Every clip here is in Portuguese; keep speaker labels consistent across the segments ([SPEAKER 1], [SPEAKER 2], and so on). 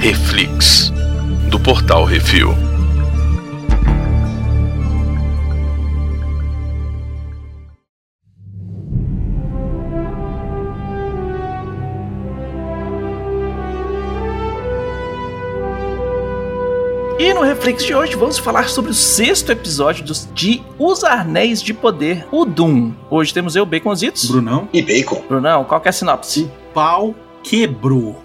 [SPEAKER 1] Reflix, do portal Refil.
[SPEAKER 2] E no Reflex de hoje vamos falar sobre o sexto episódio dos- de Os Arnéis de Poder, o Doom. Hoje temos eu, Baconzitos.
[SPEAKER 3] Brunão,
[SPEAKER 4] E bacon.
[SPEAKER 2] Brunão, qual que é a sinopse?
[SPEAKER 3] o pau quebrou.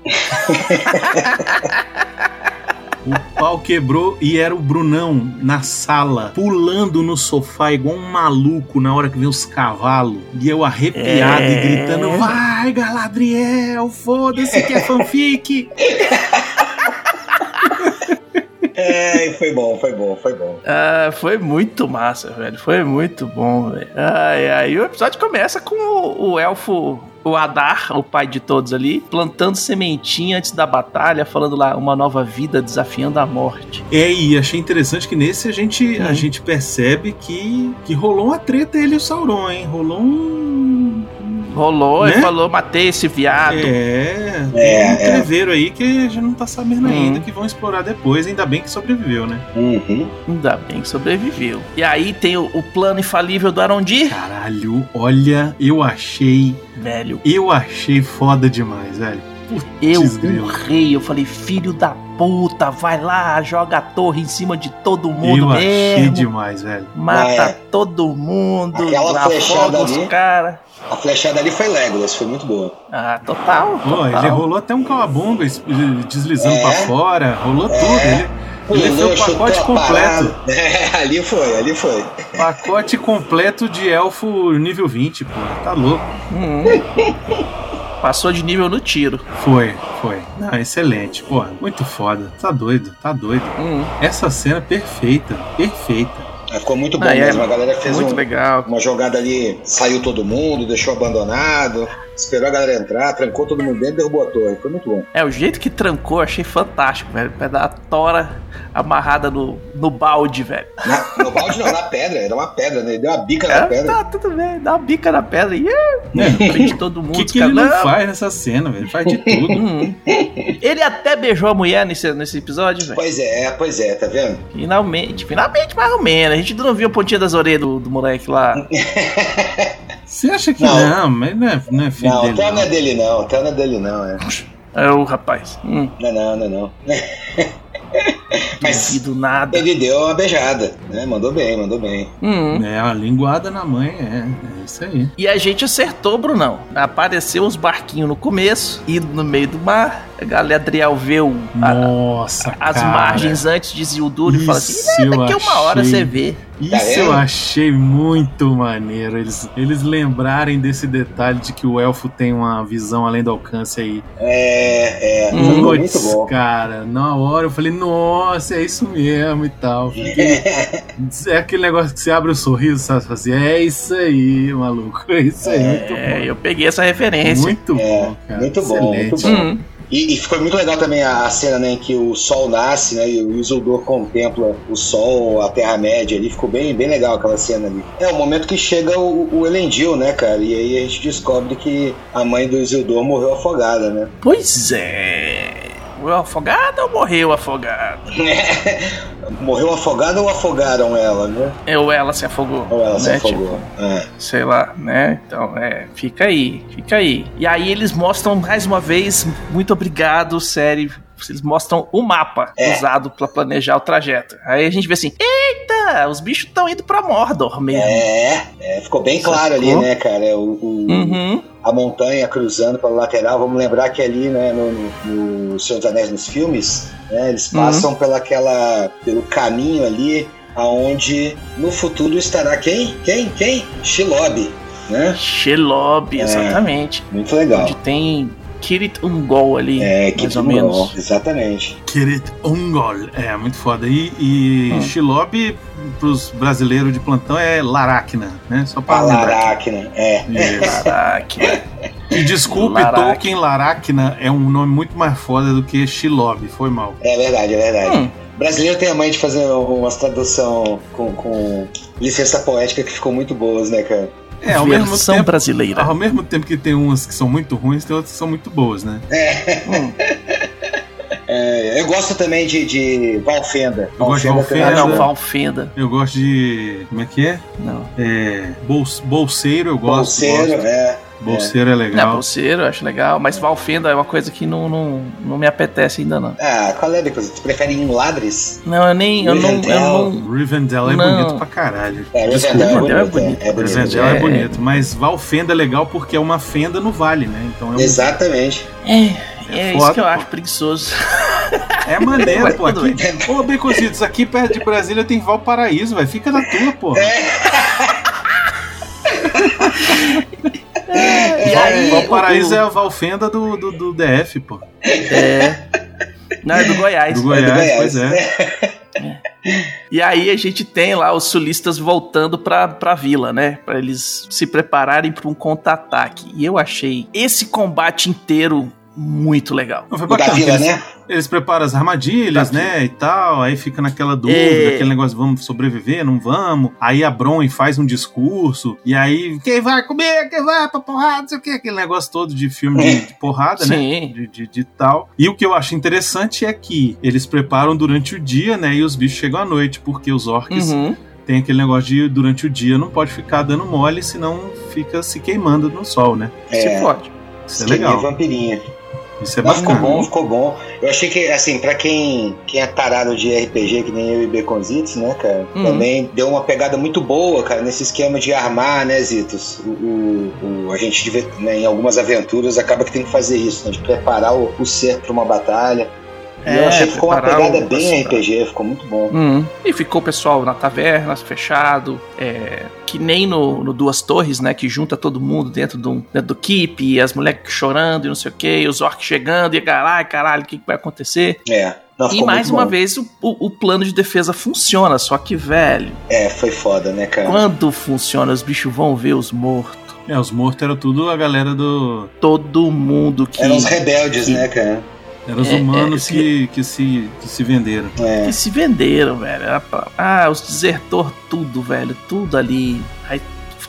[SPEAKER 3] O pau quebrou e era o Brunão na sala, pulando no sofá igual um maluco na hora que vê os cavalos. E eu arrepiado
[SPEAKER 2] É.
[SPEAKER 3] e gritando: Vai, Galadriel, foda-se que é fanfic.
[SPEAKER 4] É, foi bom, foi bom, foi bom.
[SPEAKER 2] Ah, foi muito massa, velho. Foi muito bom, velho. Ai, ai. E o episódio começa com o, o elfo. O Adar, o pai de todos ali, plantando sementinha antes da batalha, falando lá uma nova vida desafiando a morte.
[SPEAKER 3] É, e achei interessante que nesse a gente, a
[SPEAKER 2] Uhum.
[SPEAKER 3] gente percebe que, que rolou uma treta ele e o Sauron, hein? Rolou um.
[SPEAKER 2] Rolou e
[SPEAKER 3] Né?
[SPEAKER 2] falou: matei esse viado.
[SPEAKER 3] É,
[SPEAKER 4] É,
[SPEAKER 3] tem um
[SPEAKER 4] é.
[SPEAKER 3] treveiro aí que a gente não tá sabendo
[SPEAKER 2] Uhum.
[SPEAKER 3] ainda, que vão explorar depois, ainda bem que sobreviveu, né?
[SPEAKER 4] Uhum.
[SPEAKER 2] Ainda bem que sobreviveu. E aí tem o, o plano infalível do Arondir.
[SPEAKER 3] Caralho, olha, eu achei,
[SPEAKER 2] Velho,
[SPEAKER 3] eu achei foda demais, velho.
[SPEAKER 2] eu
[SPEAKER 3] Putz, grilo.
[SPEAKER 2] urrei. Eu falei, filho da puta, vai lá, joga a torre em cima de todo mundo
[SPEAKER 3] eu achei
[SPEAKER 2] mesmo.
[SPEAKER 3] demais, velho.
[SPEAKER 2] Mata
[SPEAKER 4] É.
[SPEAKER 2] todo mundo,
[SPEAKER 4] Aquela flechada
[SPEAKER 2] afoga os
[SPEAKER 4] ali.
[SPEAKER 2] caras.
[SPEAKER 4] A flechada ali foi Legolas, foi muito boa.
[SPEAKER 2] Ah, total.
[SPEAKER 3] Ó,
[SPEAKER 2] total.
[SPEAKER 3] ele rolou até um calabonga es- eh, deslizando
[SPEAKER 4] É.
[SPEAKER 3] pra fora, rolou
[SPEAKER 4] É.
[SPEAKER 3] tudo. Ele, ele foi o
[SPEAKER 4] chutou
[SPEAKER 3] pacote
[SPEAKER 4] a
[SPEAKER 3] completo.
[SPEAKER 4] parada. É, ali foi, ali foi.
[SPEAKER 3] Pacote completo de elfo nível 20, pô. Tá louco.
[SPEAKER 2] Hum. Passou de nível no tiro.
[SPEAKER 3] Foi, foi. Não, excelente, pô. Muito foda. Tá doido, tá doido.
[SPEAKER 2] Hum.
[SPEAKER 3] Essa cena perfeita, perfeita.
[SPEAKER 4] Mas Ficou muito bom
[SPEAKER 2] Ah, é.
[SPEAKER 4] mesmo. A galera fez
[SPEAKER 2] Muito
[SPEAKER 4] um-
[SPEAKER 2] legal.
[SPEAKER 4] uma jogada ali, saiu todo mundo, deixou abandonado, esperou a galera entrar, trancou todo mundo dentro e derrubou a torre. Foi muito bom.
[SPEAKER 2] É, o jeito que trancou, eu achei fantástico, velho. Pé da tora amarrada no, no balde, velho.
[SPEAKER 4] Na- no balde não, na pedra, era uma pedra, né? Ele Deu uma bica na
[SPEAKER 2] Cara,
[SPEAKER 4] pedra.
[SPEAKER 2] tá, tudo bem, dá uma bica na pedra e é,
[SPEAKER 3] Né?
[SPEAKER 2] prende todo
[SPEAKER 3] O
[SPEAKER 2] mundo.
[SPEAKER 3] que,
[SPEAKER 2] os
[SPEAKER 3] que
[SPEAKER 2] caras,
[SPEAKER 3] ele não
[SPEAKER 2] "Não,
[SPEAKER 3] faz nessa cena, velho? Ele Faz de tudo.
[SPEAKER 2] Hum. Ele até beijou a mulher nesse, nesse episódio, velho.
[SPEAKER 4] Pois é, pois é, tá vendo?
[SPEAKER 2] Finalmente, finalmente, mais ou menos. A gente não viu a pontinha das orelhas do, do moleque lá.
[SPEAKER 3] Você acha que
[SPEAKER 4] Não.
[SPEAKER 3] não, mas não é, não é filho
[SPEAKER 4] Não,
[SPEAKER 3] dele.
[SPEAKER 4] tá
[SPEAKER 3] Não.
[SPEAKER 4] não é dele não, tá não é dele não, é.
[SPEAKER 2] É o rapaz. Hum,
[SPEAKER 4] Não, é não, não, é não. Mas
[SPEAKER 2] duvido nada.
[SPEAKER 4] ele deu uma beijada, né? Mandou bem, mandou bem.
[SPEAKER 2] Hum.
[SPEAKER 3] É uma linguada na mãe, é. É isso aí.
[SPEAKER 2] E a gente acertou, Brunão. Apareceu uns barquinhos no começo e no meio do mar. A Galadriel vê o- a-
[SPEAKER 3] Nossa,
[SPEAKER 2] as
[SPEAKER 3] cara.
[SPEAKER 2] margens antes de Zildur e fala assim:
[SPEAKER 3] Isso
[SPEAKER 2] "É, daqui
[SPEAKER 3] eu
[SPEAKER 2] uma hora
[SPEAKER 3] achei.
[SPEAKER 2] você vê.
[SPEAKER 3] Isso
[SPEAKER 4] Tá vendo?
[SPEAKER 3] eu achei muito maneiro. Eles, eles lembrarem desse detalhe de que o elfo tem uma visão além do alcance aí.
[SPEAKER 4] É, é, foi
[SPEAKER 2] Hum.
[SPEAKER 4] muito
[SPEAKER 3] Putz,
[SPEAKER 4] bom.
[SPEAKER 3] cara, na hora eu falei, nossa, é isso mesmo e tal. Fiquei- é aquele negócio que você abre o sorriso, sabe? Você fala assim, é isso aí, maluco, é isso aí, muito
[SPEAKER 2] É,
[SPEAKER 3] bom.
[SPEAKER 2] eu peguei essa referência.
[SPEAKER 3] Muito bom, cara.
[SPEAKER 4] É, muito bom,
[SPEAKER 3] excelente.
[SPEAKER 4] muito bom.
[SPEAKER 2] Hum.
[SPEAKER 4] E, e ficou muito legal também a, a cena, né, em que o sol nasce, né, e o Isildur contempla o sol, a Terra-média ali, ficou bem, bem legal aquela cena ali. É o momento que chega o, o Elendil, né, cara, e aí a gente descobre que a mãe do Isildur morreu afogada, né.
[SPEAKER 2] Pois é. Morreu afogado ou morreu afogado?
[SPEAKER 4] Morreu afogada ou afogaram ela, né?
[SPEAKER 2] É, Ou ela se afogou.
[SPEAKER 4] Ou ela se
[SPEAKER 2] né?
[SPEAKER 4] afogou. É.
[SPEAKER 2] sei lá, né? Então, é, fica aí, fica aí. E aí eles mostram mais uma vez, muito obrigado, série. Eles mostram o mapa
[SPEAKER 4] É.
[SPEAKER 2] usado pra planejar o trajeto. Aí a gente vê assim: eita, os bichos estão indo pra Mordor mesmo.
[SPEAKER 4] É, é, ficou bem claro ali,
[SPEAKER 2] Sacou?
[SPEAKER 4] né, cara? O, o-
[SPEAKER 2] Uhum.
[SPEAKER 4] a montanha cruzando pela lateral. Vamos lembrar que ali, né, no, no, no Senhor dos Anéis nos filmes, né, eles
[SPEAKER 2] Uhum.
[SPEAKER 4] passam pela aquela, pelo caminho ali, aonde no futuro estará quem? Quem? Quem? Shilob, né?
[SPEAKER 2] Shelob, exatamente.
[SPEAKER 4] Muito É. legal.
[SPEAKER 2] Onde tem Kirit Ungol ali,
[SPEAKER 4] É, que
[SPEAKER 2] mais ou
[SPEAKER 4] bom.
[SPEAKER 2] menos.
[SPEAKER 4] Exatamente.
[SPEAKER 3] Kirit Ungol, é, muito foda. E, e
[SPEAKER 2] Hum.
[SPEAKER 3] Shilob, pros brasileiros de plantão, é Laracna, né?
[SPEAKER 2] Ah,
[SPEAKER 3] Só
[SPEAKER 4] Ah,
[SPEAKER 3] pra lembrar.
[SPEAKER 4] Palaracna, é.
[SPEAKER 3] Isso.
[SPEAKER 2] Caraca.
[SPEAKER 3] E desculpe,
[SPEAKER 2] Laracna.
[SPEAKER 3] Tolkien Laracna é um nome muito mais foda do que Shilob, foi mal.
[SPEAKER 4] É verdade, é verdade.
[SPEAKER 2] Hum.
[SPEAKER 4] Brasileiro tem a mãe de fazer umas tradução com, com licença poética que ficou muito boas, né, cara?
[SPEAKER 3] É, ao mesmo
[SPEAKER 2] Versão
[SPEAKER 3] tempo.
[SPEAKER 2] brasileira.
[SPEAKER 3] Ao mesmo tempo que tem umas que são muito ruins, tem outras que são muito boas, né?
[SPEAKER 2] Hum.
[SPEAKER 4] É, eu gosto também de, de Valfenda.
[SPEAKER 3] Eu gosto de
[SPEAKER 4] também. é
[SPEAKER 2] Ah,
[SPEAKER 3] Valfenda.
[SPEAKER 2] não, Valfenda.
[SPEAKER 3] Eu gosto de. Como é que é?
[SPEAKER 2] Não.
[SPEAKER 3] é bols- bolseiro, eu gosto.
[SPEAKER 4] Bolseiro,
[SPEAKER 3] gosto.
[SPEAKER 4] é.
[SPEAKER 3] Bolseiro é
[SPEAKER 2] Não,
[SPEAKER 3] legal.
[SPEAKER 2] bolseiro, eu acho legal, mas Valfenda é uma coisa que não, não, não me apetece ainda, não.
[SPEAKER 4] Ah, qual é, Nicolas? Tu prefere ir em Ladres?
[SPEAKER 2] Não, eu nem. Eu não, eu não
[SPEAKER 3] Rivendell é
[SPEAKER 2] Não.
[SPEAKER 3] bonito pra caralho.
[SPEAKER 4] É,
[SPEAKER 2] Desculpa,
[SPEAKER 4] Rivendell
[SPEAKER 2] Rivendell é
[SPEAKER 4] é bonito. É, é bonito.
[SPEAKER 3] Rivendell é,
[SPEAKER 2] É.
[SPEAKER 3] bonito, mas Valfenda é legal porque é uma fenda no vale, né? Então é, um-
[SPEAKER 4] Exatamente.
[SPEAKER 2] é, é
[SPEAKER 3] foda,
[SPEAKER 2] isso que eu
[SPEAKER 3] pô.
[SPEAKER 2] acho preguiçoso.
[SPEAKER 3] é maneiro,
[SPEAKER 2] Mas
[SPEAKER 3] pô.
[SPEAKER 2] tudo
[SPEAKER 3] Aqui, ô, Becositos, aqui perto de Brasília tem Valparaíso, velho. Fica na tua, pô.
[SPEAKER 4] É,
[SPEAKER 2] É,
[SPEAKER 4] é.
[SPEAKER 2] E aí,
[SPEAKER 3] Valparaíso
[SPEAKER 2] o-
[SPEAKER 3] é a Valfenda do, do, do DF, pô.
[SPEAKER 2] É. Não, é do Goiás.
[SPEAKER 3] Do Goiás,
[SPEAKER 4] Goiás,
[SPEAKER 3] pois é.
[SPEAKER 2] E aí a gente tem lá os sulistas voltando pra, pra vila, né? Pra eles se prepararem pra um contra-ataque. E eu achei esse combate inteiro muito legal.
[SPEAKER 3] Não, foi
[SPEAKER 4] O da
[SPEAKER 3] É bacana.
[SPEAKER 4] vila,
[SPEAKER 3] Eles,
[SPEAKER 4] né?
[SPEAKER 3] eles preparam as armadilhas,
[SPEAKER 2] Da
[SPEAKER 3] né? E tal. Aí fica naquela dúvida,
[SPEAKER 2] É.
[SPEAKER 3] aquele negócio: vamos sobreviver, não vamos. Aí a Bronwyn faz um discurso. E aí, quem vai comer, quem vai pra porrada, não sei o que. Aquele negócio todo de filme de, de porrada, né?
[SPEAKER 2] Sim.
[SPEAKER 3] de, de- de tal. E o que eu acho interessante é que eles preparam durante o dia, né? E os bichos chegam à noite, porque os orcs
[SPEAKER 2] Uhum.
[SPEAKER 3] têm aquele negócio de durante o dia não pode ficar dando mole, senão fica se queimando no sol, né?
[SPEAKER 2] Se
[SPEAKER 4] É.
[SPEAKER 2] pode.
[SPEAKER 3] Isso é
[SPEAKER 4] Esqueminha
[SPEAKER 3] legal.
[SPEAKER 4] Vampirinha.
[SPEAKER 3] Isso é
[SPEAKER 4] Mas ficou
[SPEAKER 3] bacana.
[SPEAKER 4] bom, ficou bom. Eu achei que, assim, pra quem, quem é tarado de RPG, que nem eu e Beconzitos, né, cara,
[SPEAKER 2] Uhum.
[SPEAKER 4] também deu uma pegada muito boa, cara, nesse esquema de armar, né, Zitos? O, o- o- a gente, de ve- né, em algumas aventuras, acaba que tem que fazer isso, né, de preparar o, o ser pra uma batalha. E eu
[SPEAKER 2] É,
[SPEAKER 4] achei que ficou uma
[SPEAKER 2] preparar
[SPEAKER 4] pegada
[SPEAKER 2] o-
[SPEAKER 4] bem RPG, ficou muito bom.
[SPEAKER 2] Uhum. E ficou o pessoal na taverna, fechado, é, que nem no, no Duas Torres, né? Que junta todo mundo dentro do, dentro do keep, e as mulheres chorando e não sei o que, os orcs chegando, e caralho, caralho, o que, que vai acontecer?
[SPEAKER 4] É. Não,
[SPEAKER 2] E
[SPEAKER 4] ficou
[SPEAKER 2] mais
[SPEAKER 4] muito
[SPEAKER 2] uma
[SPEAKER 4] bom.
[SPEAKER 2] vez o, o- o plano de defesa funciona, só que, velho,
[SPEAKER 4] É, foi foda, né, cara?
[SPEAKER 2] quando funciona, os bichos vão ver os mortos.
[SPEAKER 3] É, os mortos eram tudo a galera do.
[SPEAKER 2] Todo mundo que,
[SPEAKER 4] Eram os rebeldes,
[SPEAKER 2] que-
[SPEAKER 4] né, cara?
[SPEAKER 3] Eram os
[SPEAKER 2] É, é,
[SPEAKER 3] humanos
[SPEAKER 2] esse-
[SPEAKER 3] que, que, se, que se venderam.
[SPEAKER 4] É.
[SPEAKER 2] que se venderam, velho. Era pra- Ah, os desertor, tudo, velho, tudo ali. Aí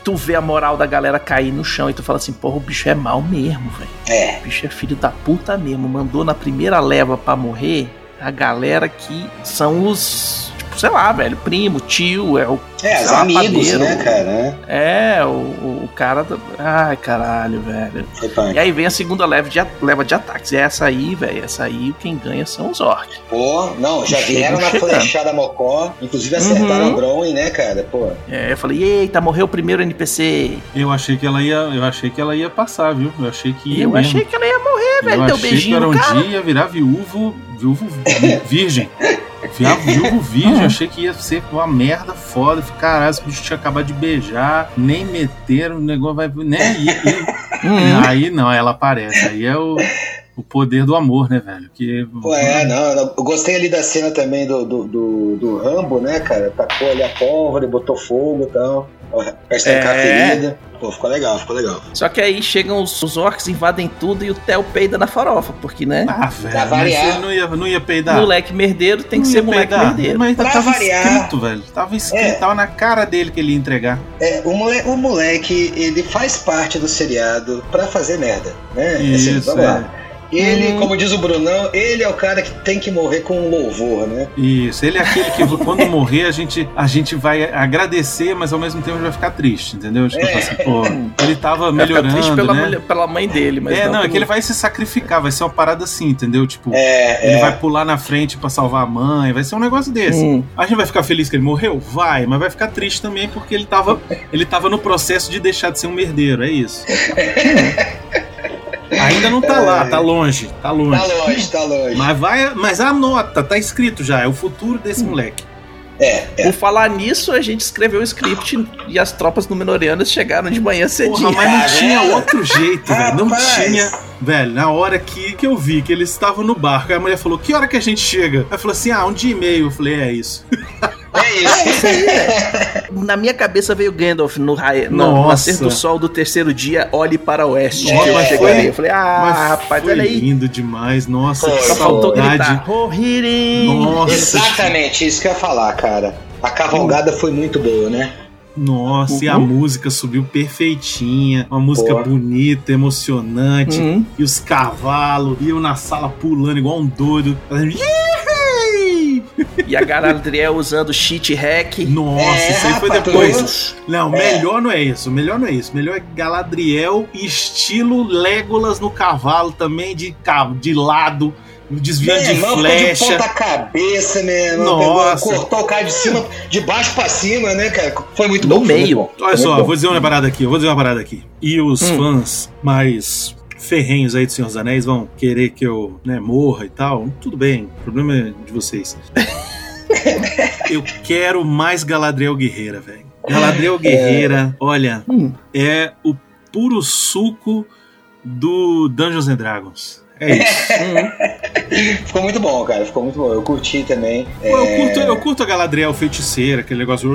[SPEAKER 2] tu vê a moral da galera cair no chão e tu fala assim, porra, o bicho é mal mesmo, velho.
[SPEAKER 4] É.
[SPEAKER 2] O bicho é filho da puta mesmo. Mandou na primeira leva pra morrer a galera que são os. Tipo, sei lá, velho, primo, tio, é o
[SPEAKER 4] É, os
[SPEAKER 2] Sei lá,
[SPEAKER 4] amigos,
[SPEAKER 2] padeiro.
[SPEAKER 4] né, cara?
[SPEAKER 2] É, o, o, o cara. do- Ai, caralho, velho.
[SPEAKER 4] Foi punk.
[SPEAKER 2] E aí vem a segunda leva de, a- leva de ataques. E essa aí, velho, essa aí quem ganha são os orcs.
[SPEAKER 4] Pô, não, já
[SPEAKER 2] Chegam
[SPEAKER 4] vieram na
[SPEAKER 2] chegando.
[SPEAKER 4] flechada mocó, inclusive acertaram
[SPEAKER 2] Uhum.
[SPEAKER 4] o Bronwyn, né, cara? Pô,
[SPEAKER 2] É, eu falei, eita, morreu o primeiro NPC.
[SPEAKER 3] Eu achei que ela ia. Eu achei que ela ia passar, viu? Eu achei que
[SPEAKER 2] E
[SPEAKER 3] ia
[SPEAKER 2] eu
[SPEAKER 3] mesmo.
[SPEAKER 2] achei que ela ia morrer, velho,
[SPEAKER 3] Eu
[SPEAKER 2] deu
[SPEAKER 3] achei que
[SPEAKER 2] beijinho
[SPEAKER 3] era
[SPEAKER 2] no
[SPEAKER 3] um
[SPEAKER 2] cara.
[SPEAKER 3] dia virar viúvo, viúvo vi- virgem. Virar viúvo virgem,
[SPEAKER 2] Ah.
[SPEAKER 3] eu achei que ia ser uma merda foda. Falei, Caralho, esse bicho tinha acabado de beijar, nem meteram, o negócio vai. Né? E- e-
[SPEAKER 2] Uhum.
[SPEAKER 3] aí não, ela aparece. Aí é o, o poder do amor, né, velho? Que,
[SPEAKER 4] pô
[SPEAKER 2] Uhum.
[SPEAKER 4] é, não, eu gostei ali da cena também do, do, do, do Rambo, né, cara? Tacou ali a pólvora, e botou fogo e tal, pra estancar
[SPEAKER 2] É.
[SPEAKER 4] a ferida. Pô, ficou legal, ficou legal.
[SPEAKER 2] Só que aí chegam os, os orcs, invadem tudo e o Theo peida na farofa, porque, né?
[SPEAKER 3] Ah, velho,
[SPEAKER 4] Pra
[SPEAKER 3] mas
[SPEAKER 4] variar.
[SPEAKER 3] você não ia, não ia peidar.
[SPEAKER 2] Moleque merdeiro tem que
[SPEAKER 3] Não
[SPEAKER 2] ser
[SPEAKER 3] ia
[SPEAKER 2] moleque
[SPEAKER 3] peidar.
[SPEAKER 2] merdeiro.
[SPEAKER 3] Mas
[SPEAKER 4] Pra
[SPEAKER 3] tava
[SPEAKER 4] variar.
[SPEAKER 3] escrito, velho. Tava escrito,
[SPEAKER 4] É.
[SPEAKER 3] tava na cara dele que ele ia entregar.
[SPEAKER 4] É, o, mole, o moleque, ele faz parte do seriado pra fazer merda, né? Assim,
[SPEAKER 3] Isso,
[SPEAKER 4] vamos
[SPEAKER 3] é.
[SPEAKER 4] lá. Ele,
[SPEAKER 2] Hum.
[SPEAKER 4] como diz o Brunão, ele é o cara que tem que morrer com louvor, né?
[SPEAKER 3] Isso, ele é aquele que quando morrer a gente, a gente vai agradecer, mas ao mesmo tempo a gente vai ficar triste, entendeu? Tipo
[SPEAKER 4] É.
[SPEAKER 3] assim, pô, ele tava
[SPEAKER 2] Vai ficar
[SPEAKER 3] melhorando,
[SPEAKER 2] triste pela,
[SPEAKER 3] né?
[SPEAKER 2] mulher- pela mãe dele, mas. tá
[SPEAKER 3] É, não, é
[SPEAKER 2] pelo-
[SPEAKER 3] que ele vai se sacrificar, vai ser uma parada assim, entendeu? Tipo,
[SPEAKER 4] É,
[SPEAKER 3] ele
[SPEAKER 4] é.
[SPEAKER 3] vai pular na frente pra salvar a mãe, vai ser um negócio desse.
[SPEAKER 2] Hum.
[SPEAKER 3] A gente vai ficar feliz que ele morreu? Vai, mas vai ficar triste também porque ele tava, ele tava no processo de deixar de ser um merdeiro, é isso. Ainda não tá lá, tá longe, tá longe.
[SPEAKER 4] Tá longe, tá longe.
[SPEAKER 3] Mas vai, mas anota, tá escrito já, é o futuro desse moleque.
[SPEAKER 4] É,
[SPEAKER 2] Por falar nisso, a gente escreveu o script e as tropas númenorianas chegaram de manhã
[SPEAKER 3] Porra,
[SPEAKER 2] cedinho.
[SPEAKER 3] mas
[SPEAKER 4] Ah,
[SPEAKER 3] não tinha
[SPEAKER 4] velho.
[SPEAKER 3] outro jeito, velho. Não
[SPEAKER 4] Rapaz.
[SPEAKER 3] tinha. Velho, na hora que, que eu vi que eles estavam no barco, aí a mulher falou: Que hora que a gente chega? Ela falou assim: Ah, um dia e meio. Eu falei: É isso.
[SPEAKER 4] é isso.
[SPEAKER 2] Na minha cabeça veio Gandalf no, raio, no
[SPEAKER 3] né? Nossa.
[SPEAKER 2] nascer do sol do terceiro dia, olhe para o oeste.
[SPEAKER 4] Nossa,
[SPEAKER 2] eu
[SPEAKER 4] mas
[SPEAKER 2] cheguei
[SPEAKER 3] foi-
[SPEAKER 2] eu falei, ah,
[SPEAKER 3] Mas
[SPEAKER 2] rapaz,
[SPEAKER 3] foi
[SPEAKER 2] olha aí.
[SPEAKER 3] lindo demais. Nossa,
[SPEAKER 4] Foi,
[SPEAKER 3] que
[SPEAKER 2] Só
[SPEAKER 4] foi.
[SPEAKER 2] faltou
[SPEAKER 3] saudade.
[SPEAKER 2] gritar. "Rohirrim".
[SPEAKER 3] Nossa,
[SPEAKER 4] Exatamente isso que eu ia falar, cara. A cavalgada foi muito boa, né?
[SPEAKER 3] Nossa, e a
[SPEAKER 2] Uhum.
[SPEAKER 3] música subiu perfeitinha. Uma música
[SPEAKER 4] Boa. Hum.
[SPEAKER 3] bonita, emocionante.
[SPEAKER 2] Uhum.
[SPEAKER 3] E os cavalos iam na sala pulando igual um doido. fazendo "Yee-hey!"
[SPEAKER 2] E a Galadriel usando cheat hack.
[SPEAKER 3] Nossa,
[SPEAKER 4] É,
[SPEAKER 3] isso aí foi
[SPEAKER 4] rapaz,
[SPEAKER 3] depois.
[SPEAKER 4] tudo.
[SPEAKER 3] Não,
[SPEAKER 4] É.
[SPEAKER 3] melhor não é isso. Melhor não é isso. Melhor é Galadriel, estilo Legolas no cavalo também, de, ca- de lado, desviando de
[SPEAKER 4] irmão, ficou de
[SPEAKER 3] flecha.
[SPEAKER 4] ponta cabeça, né? irmão?
[SPEAKER 3] Nossa.
[SPEAKER 4] Pegou, cortou o cara de cima, de baixo pra cima, né, cara? Foi muito
[SPEAKER 2] No
[SPEAKER 4] bom. foi
[SPEAKER 2] meio.
[SPEAKER 4] muito bom.
[SPEAKER 3] Olha
[SPEAKER 4] Foi
[SPEAKER 3] só,
[SPEAKER 4] muito bom.
[SPEAKER 3] vou dizer uma parada aqui, eu vou dizer uma parada aqui. E os
[SPEAKER 2] Hum.
[SPEAKER 3] fãs mais ferrenhos aí do Senhor dos Anéis vão querer que eu né, morra e tal. Tudo bem, o problema é de vocês. eu quero mais Galadriel Guerreira, velho. Galadriel Guerreira, olha,
[SPEAKER 2] Hum.
[SPEAKER 3] é o puro suco do Dungeons and Dragons. É isso.
[SPEAKER 2] Uhum.
[SPEAKER 4] Ficou muito bom, cara. Ficou muito bom. Eu curti também. É,
[SPEAKER 3] Pô, Eu, curto, eu curto a Galadriel feiticeira, aquele negócio.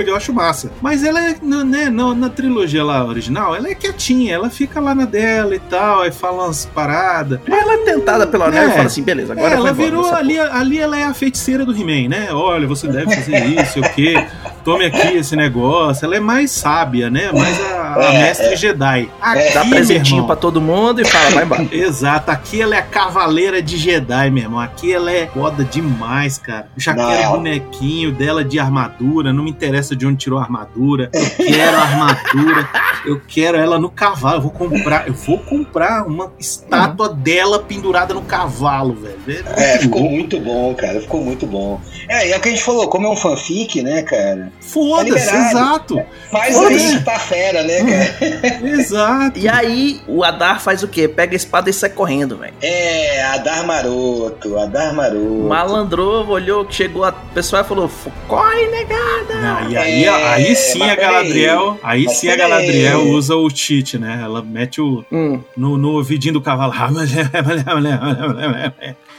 [SPEAKER 3] Eu acho massa. Mas ela é, na- né, na, na trilogia lá original, ela é quietinha, ela fica lá na dela e tal, aí fala umas paradas.
[SPEAKER 2] Ela é tentada pela Anel
[SPEAKER 3] É.
[SPEAKER 2] e fala assim: beleza, agora
[SPEAKER 3] É,
[SPEAKER 2] eu vou
[SPEAKER 3] ela
[SPEAKER 2] embora
[SPEAKER 3] virou
[SPEAKER 2] dessa
[SPEAKER 3] ali, ali ela é a feiticeira do He-Man, né? Olha, você deve fazer isso, sei o quê. Tome aqui esse negócio. Ela é mais sábia, né? Mais a, a
[SPEAKER 4] É,
[SPEAKER 3] mestre Jedi. Aqui,
[SPEAKER 2] porra. Dá
[SPEAKER 3] meu
[SPEAKER 2] presentinho
[SPEAKER 3] irmão,
[SPEAKER 2] pra todo mundo e fala: vai embora.
[SPEAKER 3] Exato, aqui ela é a cavaleira de Jedi, meu irmão. Aqui ela é foda demais, cara. Eu já
[SPEAKER 4] Não,
[SPEAKER 3] quero
[SPEAKER 4] ela-
[SPEAKER 3] o bonequinho dela de armadura, não me interessa de onde tirou a armadura. Eu quero a armadura, eu quero ela no cavalo. Eu vou comprar, eu vou comprar uma estátua dela pendurada no cavalo, velho.
[SPEAKER 4] É, ficou
[SPEAKER 3] louco.
[SPEAKER 4] muito bom, cara. Ficou muito bom. É, e é o que a gente falou, como é um fanfic, né, cara?
[SPEAKER 3] Foda-se,
[SPEAKER 4] Tá liberado.
[SPEAKER 3] exato.
[SPEAKER 4] Faz
[SPEAKER 3] Foda-se.
[SPEAKER 4] aí, tá fera, né, cara?
[SPEAKER 3] Exato.
[SPEAKER 2] E aí, o Adar faz o quê? Pega a espada e sai correndo, velho.
[SPEAKER 4] É, Adar Maroto, Adar Maroto.
[SPEAKER 2] Malandrou, olhou, chegou a pessoal e falou: corre, nega!
[SPEAKER 3] Não, e aí, aí sim
[SPEAKER 4] É, mas
[SPEAKER 3] a Galadriel, aí
[SPEAKER 4] Mas
[SPEAKER 3] sim a
[SPEAKER 4] peraí.
[SPEAKER 3] Galadriel usa o cheat, né? Ela mete o
[SPEAKER 2] Hum.
[SPEAKER 3] no, no ouvidinho do cavalo.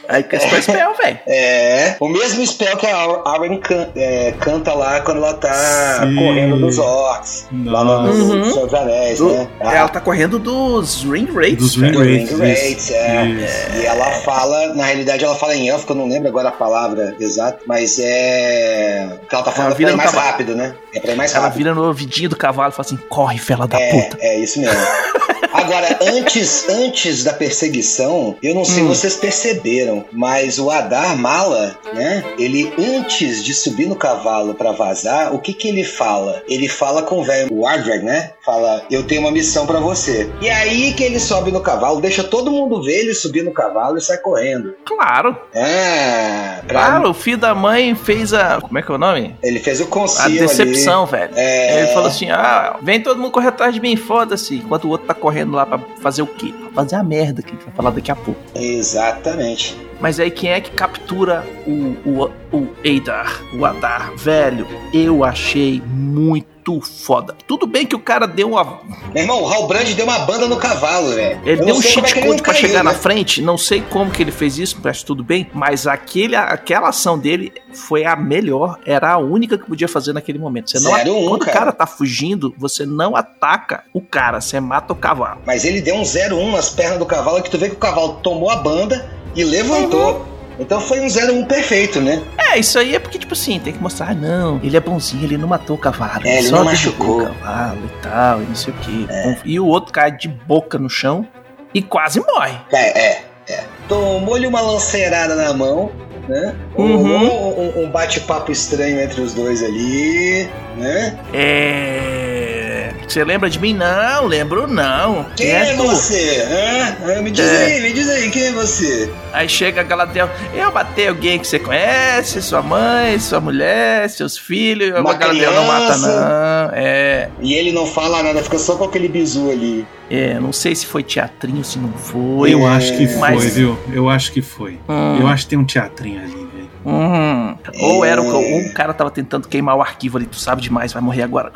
[SPEAKER 2] Aí que esse spell, velho.
[SPEAKER 4] É, o mesmo spell que a Arwen can- é, canta lá quando ela tá
[SPEAKER 3] Sim.
[SPEAKER 4] correndo dos orcs. Lá no
[SPEAKER 3] Nossa.
[SPEAKER 2] Uhum.
[SPEAKER 4] Senhor dos Anéis,
[SPEAKER 2] Do-
[SPEAKER 4] né?
[SPEAKER 3] é
[SPEAKER 2] Ela tá correndo dos Ring Rates.
[SPEAKER 3] Dos
[SPEAKER 2] velho.
[SPEAKER 3] Ring
[SPEAKER 4] do
[SPEAKER 3] Rates.
[SPEAKER 4] Ring Rates,
[SPEAKER 3] Isso.
[SPEAKER 4] é.
[SPEAKER 3] isso.
[SPEAKER 4] E ela fala, na realidade ela fala em elfo, que eu não lembro agora a palavra exata, mas é. que Ela tá falando
[SPEAKER 2] Ela
[SPEAKER 4] pra
[SPEAKER 2] vira
[SPEAKER 4] ir
[SPEAKER 2] no
[SPEAKER 4] mais
[SPEAKER 2] cavalo.
[SPEAKER 4] rápido, né? É pra ir mais
[SPEAKER 2] Ela
[SPEAKER 4] rápido.
[SPEAKER 2] vira no ouvidinho do cavalo e fala assim: corre, fela da
[SPEAKER 4] É,
[SPEAKER 2] puta.
[SPEAKER 4] é isso mesmo. Agora, antes, antes da perseguição, eu não sei
[SPEAKER 2] Hum.
[SPEAKER 4] se vocês perceberam, mas o Adar Mala, né? Ele, antes de subir no cavalo pra vazar, o que que ele fala? Ele fala com o velho Wardrag, né? Fala, eu tenho uma missão pra você. E aí que ele sobe no cavalo, deixa todo mundo ver ele subir no cavalo e sai correndo.
[SPEAKER 2] Claro,
[SPEAKER 4] Ah, pra-
[SPEAKER 2] claro, o filho da mãe fez a. Como é que é o nome?
[SPEAKER 4] Ele fez o
[SPEAKER 2] A
[SPEAKER 4] conselho ali.
[SPEAKER 2] decepção, velho.
[SPEAKER 4] É,
[SPEAKER 2] Ele falou assim: ah, vem todo mundo correr atrás de mim, foda-se. Enquanto o outro tá correndo lá pra fazer o quê? Pra fazer a merda que a gente vai falar daqui a pouco.
[SPEAKER 4] Exatamente.
[SPEAKER 2] Mas aí quem é que captura o, o, o Eidar, o Adar? Velho, eu achei muito foda. Tudo bem que o cara deu uma.
[SPEAKER 4] Meu irmão, o Halbrand deu uma banda no cavalo, velho. Eu
[SPEAKER 2] Ele
[SPEAKER 4] não
[SPEAKER 2] deu um
[SPEAKER 4] sei como é
[SPEAKER 2] cheat
[SPEAKER 4] que ele
[SPEAKER 2] code
[SPEAKER 4] não
[SPEAKER 2] pra
[SPEAKER 4] caiu,
[SPEAKER 2] chegar na
[SPEAKER 4] né?
[SPEAKER 2] frente. Não sei como que ele fez isso, mas tudo bem. Mas aquele, aquela ação dele foi a melhor. Era a única que podia fazer naquele momento. Você não,
[SPEAKER 4] Zero um,
[SPEAKER 2] quando
[SPEAKER 4] cara.
[SPEAKER 2] o cara tá fugindo, você não ataca o cara, você mata o cavalo.
[SPEAKER 4] Mas ele deu um 0-1 nas pernas do cavalo, que tu vê que o cavalo tomou a banda e levantou. Então foi um 0-1 perfeito, né?
[SPEAKER 2] É, isso aí é porque, tipo assim, tem que mostrar, ah, não, ele é bonzinho, ele não matou o cavalo.
[SPEAKER 4] É, ele
[SPEAKER 2] só
[SPEAKER 4] não
[SPEAKER 2] derrubou
[SPEAKER 4] machucou. É.
[SPEAKER 2] O cavalo e tal, e não sei o quê. E o outro cai de boca no chão e quase morre.
[SPEAKER 4] É, é, é. Tomou-lhe uma lanceirada na mão, né?
[SPEAKER 2] Uhum.
[SPEAKER 4] Rolou Um, um bate-papo estranho entre os dois ali, né?
[SPEAKER 2] É. Você lembra de mim? Não, lembro não.
[SPEAKER 4] Quem
[SPEAKER 2] Quem
[SPEAKER 4] é
[SPEAKER 2] é tu?
[SPEAKER 4] você? Hã? Hã? Me diz
[SPEAKER 2] É.
[SPEAKER 4] aí, me diz aí, quem é você?
[SPEAKER 2] Aí chega a Galadriel, eu matei alguém que você conhece, sua mãe, sua mulher, seus filhos.
[SPEAKER 4] Uma
[SPEAKER 2] a Galadriel não mata,
[SPEAKER 4] criança.
[SPEAKER 2] não. É.
[SPEAKER 4] E ele não fala nada, fica só com aquele bizu ali.
[SPEAKER 2] É, não sei se foi teatrinho, se não foi.
[SPEAKER 3] Eu acho que foi,
[SPEAKER 2] Mas-
[SPEAKER 3] viu? Eu acho que foi.
[SPEAKER 2] Hum.
[SPEAKER 3] Eu acho que tem um teatrinho ali, velho.
[SPEAKER 2] Hum. Ou era o,
[SPEAKER 4] É.
[SPEAKER 2] um cara tava tentando queimar o arquivo ali, tu sabe demais, vai morrer agora.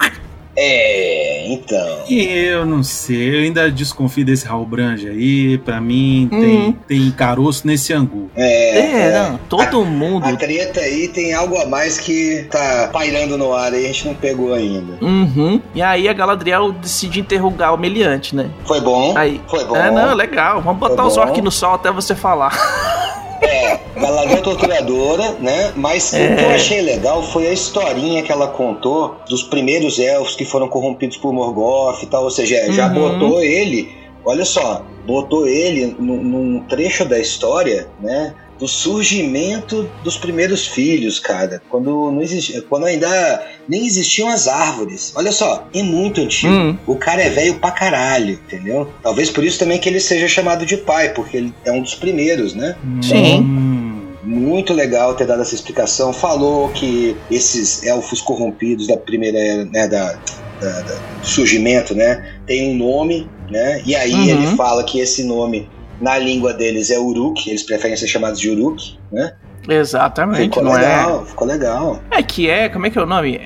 [SPEAKER 4] É, então.
[SPEAKER 3] E Eu não sei, eu ainda desconfio desse Raul Branja aí. Pra mim,
[SPEAKER 2] Uhum.
[SPEAKER 3] tem, tem caroço nesse angu.
[SPEAKER 4] É,
[SPEAKER 2] É, não, todo mundo.
[SPEAKER 4] A treta aí tem algo a mais que tá pairando no ar aí, a gente não pegou ainda.
[SPEAKER 2] Uhum. E aí a Galadriel decide interrogar o meliante, né?
[SPEAKER 4] Foi bom.
[SPEAKER 2] Aí.
[SPEAKER 4] Foi bom.
[SPEAKER 2] É, não, legal. Vamos botar
[SPEAKER 4] Tá
[SPEAKER 2] os
[SPEAKER 4] bom.
[SPEAKER 2] orcs no sol até você falar.
[SPEAKER 4] É, Galadriel torturadora, né? Mas
[SPEAKER 2] É.
[SPEAKER 4] o que eu achei legal foi a historinha que ela contou dos primeiros elfos que foram corrompidos por Morgoth e tal. Ou seja, já
[SPEAKER 2] Uhum.
[SPEAKER 4] botou ele, olha só, botou ele num, num trecho da história, né? Do surgimento dos primeiros filhos, cara. Quando não existia, quando ainda nem existiam as árvores. Olha só, é muito antigo.
[SPEAKER 2] Hum.
[SPEAKER 4] O cara é velho pra caralho, entendeu? Talvez por isso também que ele seja chamado de pai, porque ele é um dos primeiros, né?
[SPEAKER 2] Sim.
[SPEAKER 3] Hum.
[SPEAKER 4] Muito legal ter dado essa explicação. Falou que esses elfos corrompidos da primeira era, né, da, da- da- do surgimento, né, tem um nome, né? E aí
[SPEAKER 2] Uhum.
[SPEAKER 4] ele fala que esse nome na língua deles é Uruk, eles preferem ser chamados de Uruk, né?
[SPEAKER 2] Exatamente,
[SPEAKER 4] Ficou
[SPEAKER 2] não é?
[SPEAKER 4] legal, ficou legal.
[SPEAKER 2] É que é, como é que é o nome?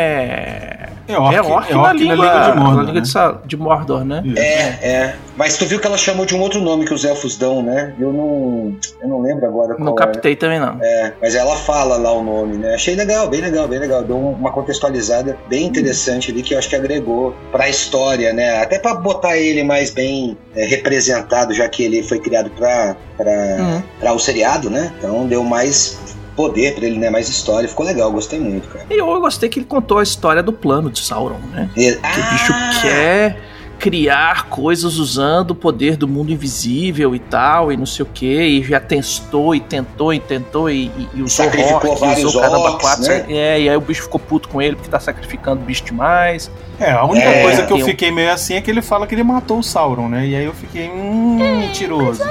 [SPEAKER 2] É.
[SPEAKER 3] É orc,
[SPEAKER 2] é orc,
[SPEAKER 3] é
[SPEAKER 2] na,
[SPEAKER 3] orc
[SPEAKER 2] língua,
[SPEAKER 3] na língua de né? Mordor.
[SPEAKER 2] na língua de, né? Sa- de Mordor, né?
[SPEAKER 3] né?
[SPEAKER 4] É, é. Mas tu viu que ela chamou de um outro nome que os elfos dão, né? Eu não, eu não lembro agora
[SPEAKER 2] Não
[SPEAKER 4] qual é.
[SPEAKER 2] captei também, não.
[SPEAKER 4] É, mas ela fala lá o nome, né? Achei legal, bem legal, bem legal. Deu um, uma contextualizada bem interessante ali que eu acho que agregou pra história, né? Até pra botar ele mais bem é, representado, já que ele foi criado pra, pra,
[SPEAKER 2] Hum.
[SPEAKER 4] pra o seriado, né? Então deu mais poder pra ele, né? Mais história. Ficou legal, gostei muito, cara.
[SPEAKER 2] E eu gostei que ele contou a história do plano de Sauron, né? Que
[SPEAKER 4] E-
[SPEAKER 2] é, né? o bicho
[SPEAKER 4] Ah!
[SPEAKER 2] quer criar coisas usando o poder do mundo invisível e tal, e não sei o que, e já testou e tentou e tentou e, e, e usou
[SPEAKER 4] Sacrificou
[SPEAKER 2] orc, e
[SPEAKER 4] vários
[SPEAKER 2] usou caramba
[SPEAKER 4] orcs,
[SPEAKER 2] quatro,
[SPEAKER 4] né?
[SPEAKER 2] é, e aí o bicho ficou puto com ele porque tá sacrificando bicho demais.
[SPEAKER 3] É, a única
[SPEAKER 4] É,
[SPEAKER 3] coisa que eu
[SPEAKER 2] tem um-
[SPEAKER 3] fiquei meio assim é que ele fala que ele matou o Sauron, né? E aí eu fiquei, hum, mentiroso.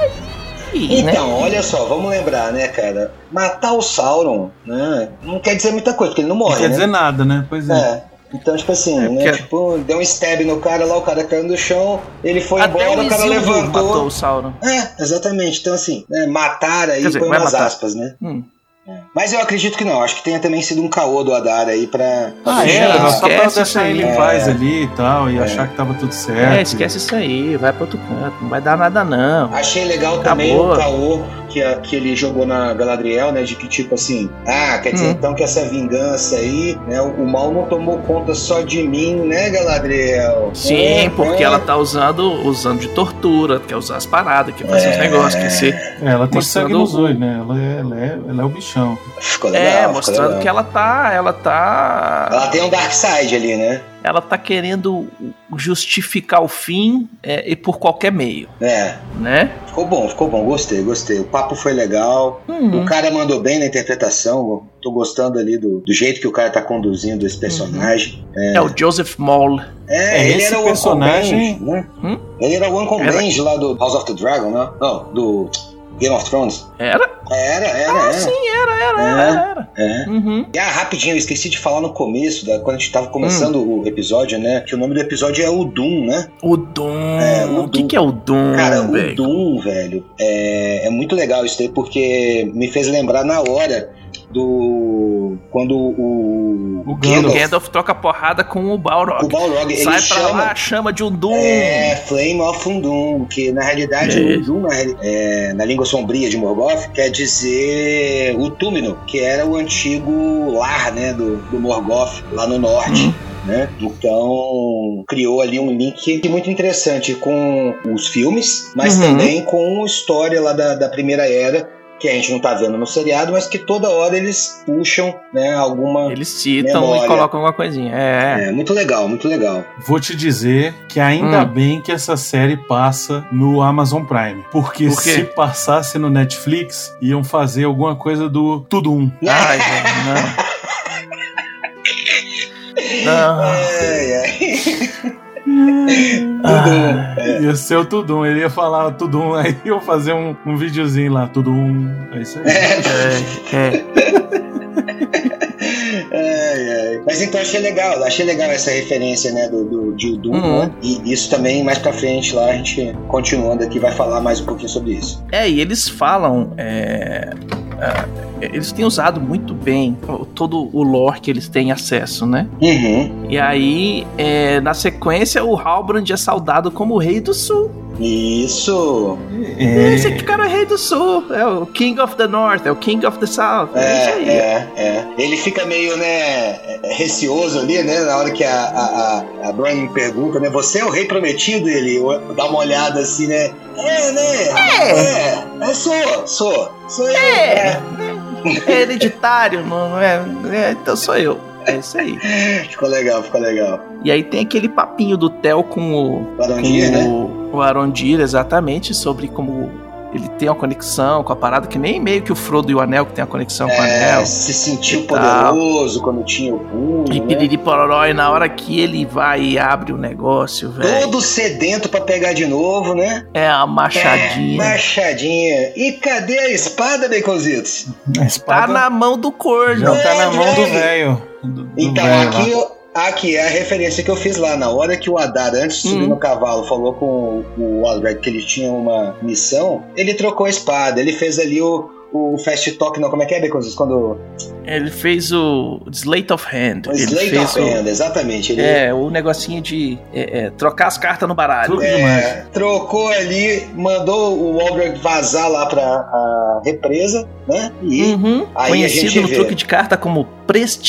[SPEAKER 2] E, né?
[SPEAKER 4] Então, olha só, vamos lembrar, né, cara? Matar o Sauron, né? Não quer dizer muita coisa, porque ele não
[SPEAKER 3] Não
[SPEAKER 4] morre,
[SPEAKER 3] quer
[SPEAKER 4] né?
[SPEAKER 3] dizer nada, né? Pois é.
[SPEAKER 4] É. Então, tipo assim,
[SPEAKER 2] Hum. É,
[SPEAKER 4] né?
[SPEAKER 2] porque-
[SPEAKER 4] Tipo, deu um stab no cara lá, o cara caiu no chão, ele foi
[SPEAKER 2] Até
[SPEAKER 4] embora,
[SPEAKER 2] o
[SPEAKER 4] o cara
[SPEAKER 2] Isildur matou
[SPEAKER 4] levantou.
[SPEAKER 2] o Sauron.
[SPEAKER 4] É, exatamente. Então, assim, né, matar aí
[SPEAKER 2] Quer dizer,
[SPEAKER 4] põe
[SPEAKER 2] vai
[SPEAKER 4] umas
[SPEAKER 2] matar.
[SPEAKER 4] aspas, né?
[SPEAKER 2] Hum.
[SPEAKER 4] Mas eu acredito que não. Acho que tenha também sido um caô do Adar aí pra. pra
[SPEAKER 3] Ah,
[SPEAKER 2] Gente,
[SPEAKER 4] sujar.
[SPEAKER 3] era, era só pra
[SPEAKER 2] esquece
[SPEAKER 3] deixar
[SPEAKER 2] isso
[SPEAKER 3] ele
[SPEAKER 2] aí.
[SPEAKER 3] em paz ali e tal, e
[SPEAKER 4] É.
[SPEAKER 3] achar que tava tudo certo.
[SPEAKER 2] É, esquece isso aí, vai pra outro canto, não vai dar nada não.
[SPEAKER 4] Achei legal
[SPEAKER 2] Tá
[SPEAKER 4] também
[SPEAKER 2] Acabou.
[SPEAKER 4] o caô que, a- que ele jogou na Galadriel, né? De que tipo assim, ah, quer dizer
[SPEAKER 2] Hum.
[SPEAKER 4] então que essa vingança aí, né? O, o mal não tomou conta só de mim, né, Galadriel?
[SPEAKER 2] Sim,
[SPEAKER 4] É,
[SPEAKER 2] porque
[SPEAKER 4] é.
[SPEAKER 2] ela tá usando, usando de tortura, quer usar as paradas, quer fazer os
[SPEAKER 4] É.
[SPEAKER 2] negócios, quer ser.
[SPEAKER 3] É, ela tem
[SPEAKER 2] Mostrando
[SPEAKER 3] sangue nos
[SPEAKER 2] o-
[SPEAKER 3] olhos, né? Ela é, ela é, ela é o bichão.
[SPEAKER 4] Ficou legal.
[SPEAKER 2] É,
[SPEAKER 4] ficou
[SPEAKER 2] mostrando
[SPEAKER 4] legal.
[SPEAKER 2] que ela tá. Ela tá.
[SPEAKER 4] Ela tem um Dark Side ali, né?
[SPEAKER 2] Ela tá querendo justificar o fim é, e por qualquer meio,
[SPEAKER 4] É.
[SPEAKER 2] né?
[SPEAKER 4] Ficou bom, ficou bom. Gostei, gostei. O papo foi legal. O
[SPEAKER 2] Hum,
[SPEAKER 4] cara mandou bem na interpretação. Tô gostando ali do, do jeito que o cara tá conduzindo esse personagem.
[SPEAKER 2] é. o Joseph Maul.
[SPEAKER 4] É,
[SPEAKER 3] É,
[SPEAKER 4] ele
[SPEAKER 3] esse
[SPEAKER 4] era o
[SPEAKER 3] personagem-
[SPEAKER 4] Uncle Benj, né?
[SPEAKER 2] Hum?
[SPEAKER 4] Ele era o Uncle
[SPEAKER 2] Era-
[SPEAKER 4] Benj lá do House of the Dragon, né? Não, do Game of Thrones.
[SPEAKER 2] Era?
[SPEAKER 4] Era, era,
[SPEAKER 2] Ah,
[SPEAKER 4] era.
[SPEAKER 2] sim, era, era, era, era.
[SPEAKER 4] É.
[SPEAKER 2] Uhum.
[SPEAKER 4] E, ah, rapidinho, eu esqueci de falar no começo, da, quando a gente tava começando
[SPEAKER 2] Hum.
[SPEAKER 4] o episódio, né? Que o nome do episódio é o Doom, né?
[SPEAKER 2] O Doom.
[SPEAKER 4] É, o
[SPEAKER 2] o que,
[SPEAKER 4] Doom.
[SPEAKER 2] que é o Doom,
[SPEAKER 4] Cara, o
[SPEAKER 2] velho?
[SPEAKER 4] Doom, velho, é, é muito legal isso daí, porque me fez lembrar na hora do. Quando o.
[SPEAKER 3] O Gandalf.
[SPEAKER 2] O Gandalf troca porrada com o
[SPEAKER 4] é O
[SPEAKER 2] Balrog.
[SPEAKER 4] Balrog, ele
[SPEAKER 2] Sai pra
[SPEAKER 4] chama.
[SPEAKER 2] lá, chama de um Doom.
[SPEAKER 4] É, Flame of Undum, que na realidade
[SPEAKER 2] É.
[SPEAKER 4] o Doom, na, reali- é, na língua sombria de Morgoth, quer dizer o Túmino, que era o antigo lar né, do, do Morgoth, lá no norte.
[SPEAKER 2] Hum.
[SPEAKER 4] Né? Então, criou ali um link muito interessante com os filmes, mas
[SPEAKER 2] Uhum.
[SPEAKER 4] também com a história lá da, da Primeira Era, que a gente não tá vendo no seriado, mas que toda hora eles puxam né, alguma.
[SPEAKER 2] Eles citam
[SPEAKER 4] Memória.
[SPEAKER 2] e colocam alguma coisinha. É.
[SPEAKER 4] É, muito legal, muito legal.
[SPEAKER 3] Vou te dizer que ainda
[SPEAKER 2] Hum.
[SPEAKER 3] bem que essa série passa no Amazon Prime. Porque
[SPEAKER 2] Por quê?
[SPEAKER 3] se passasse no Netflix, iam fazer alguma coisa do Tudum.
[SPEAKER 2] Ai, velho, não.
[SPEAKER 4] É,
[SPEAKER 2] Não.
[SPEAKER 4] Ai, ai.
[SPEAKER 2] Ah,
[SPEAKER 3] Ia ser o Tudum. Ele ia falar Tudum, aí iam fazer um, um videozinho lá, Tudum. É isso aí.
[SPEAKER 2] é, é.
[SPEAKER 4] Ai, ai. Mas então achei legal, achei legal essa referência, né, do, do, de Doom,
[SPEAKER 2] Uhum.
[SPEAKER 4] né? E isso também, mais pra frente lá, a gente continuando aqui, vai falar mais um pouquinho sobre isso.
[SPEAKER 2] É, e eles falam. é, ah, eles têm usado muito bem o- todo o lore que eles têm acesso, né?
[SPEAKER 4] Uhum.
[SPEAKER 2] E aí, é, na sequência, o Halbrand é saudado como o Rei do Sul.
[SPEAKER 4] Isso.
[SPEAKER 2] É. Esse aqui, cara, é o rei do sul. É o King of the North, é o King of the South. É,
[SPEAKER 4] É,
[SPEAKER 2] isso aí.
[SPEAKER 4] é, é. Ele fica meio, né, receoso ali, né, na hora que a, a, a- a Bronwyn pergunta, né, você é o rei prometido? Ele dá uma olhada assim, né, é, né, é, é, sou, sou, sou eu.
[SPEAKER 2] É. É hereditário, mano. É, é, então sou eu. É isso aí.
[SPEAKER 4] É. Ficou legal, ficou legal.
[SPEAKER 2] E aí tem aquele papinho do Theo com o, com
[SPEAKER 4] Baranguinha, né?
[SPEAKER 2] o, o Arondir, exatamente, sobre como ele tem uma conexão com a parada, que nem meio que o Frodo e o Anel que tem a conexão com o Anel.
[SPEAKER 4] É, se sentiu
[SPEAKER 2] e tal.
[SPEAKER 4] poderoso quando tinha o punho,
[SPEAKER 2] E
[SPEAKER 4] né?
[SPEAKER 2] piriri pororó, e na hora que ele vai e abre o negócio, velho.
[SPEAKER 4] Todo sedento pra pegar de novo, né?
[SPEAKER 2] É a
[SPEAKER 4] É,
[SPEAKER 2] machadinha.
[SPEAKER 4] machadinha. E cadê a espada, Baconzitos?
[SPEAKER 3] A
[SPEAKER 2] Tá
[SPEAKER 3] espada
[SPEAKER 2] na mão do corno.
[SPEAKER 4] Não.
[SPEAKER 3] já tá na mão do
[SPEAKER 4] Ei,
[SPEAKER 3] velho. do- do
[SPEAKER 4] Então,
[SPEAKER 3] velho lá.
[SPEAKER 4] aqui, eu- aqui é a referência que eu fiz lá. Na hora que o Adar, antes de subir
[SPEAKER 2] Hum.
[SPEAKER 4] no cavalo, falou com o o Aldred que ele tinha uma missão, ele trocou a espada. Ele fez ali o, o fast talk, não, como é que é, Baconzitos? Quando...
[SPEAKER 2] Ele fez o Slate of Hand.
[SPEAKER 4] O
[SPEAKER 2] ele
[SPEAKER 4] Slate
[SPEAKER 2] fez
[SPEAKER 4] of Hand,
[SPEAKER 2] O,
[SPEAKER 4] exatamente. Ele
[SPEAKER 2] é, o negocinho de é, é, trocar as cartas no baralho.
[SPEAKER 3] Tudo demais.
[SPEAKER 4] É, trocou ali, mandou o Aldred vazar lá pra a represa, né? E
[SPEAKER 2] Uhum.
[SPEAKER 4] Aí a gente
[SPEAKER 2] Conhecido no
[SPEAKER 4] vê.
[SPEAKER 2] truque de carta como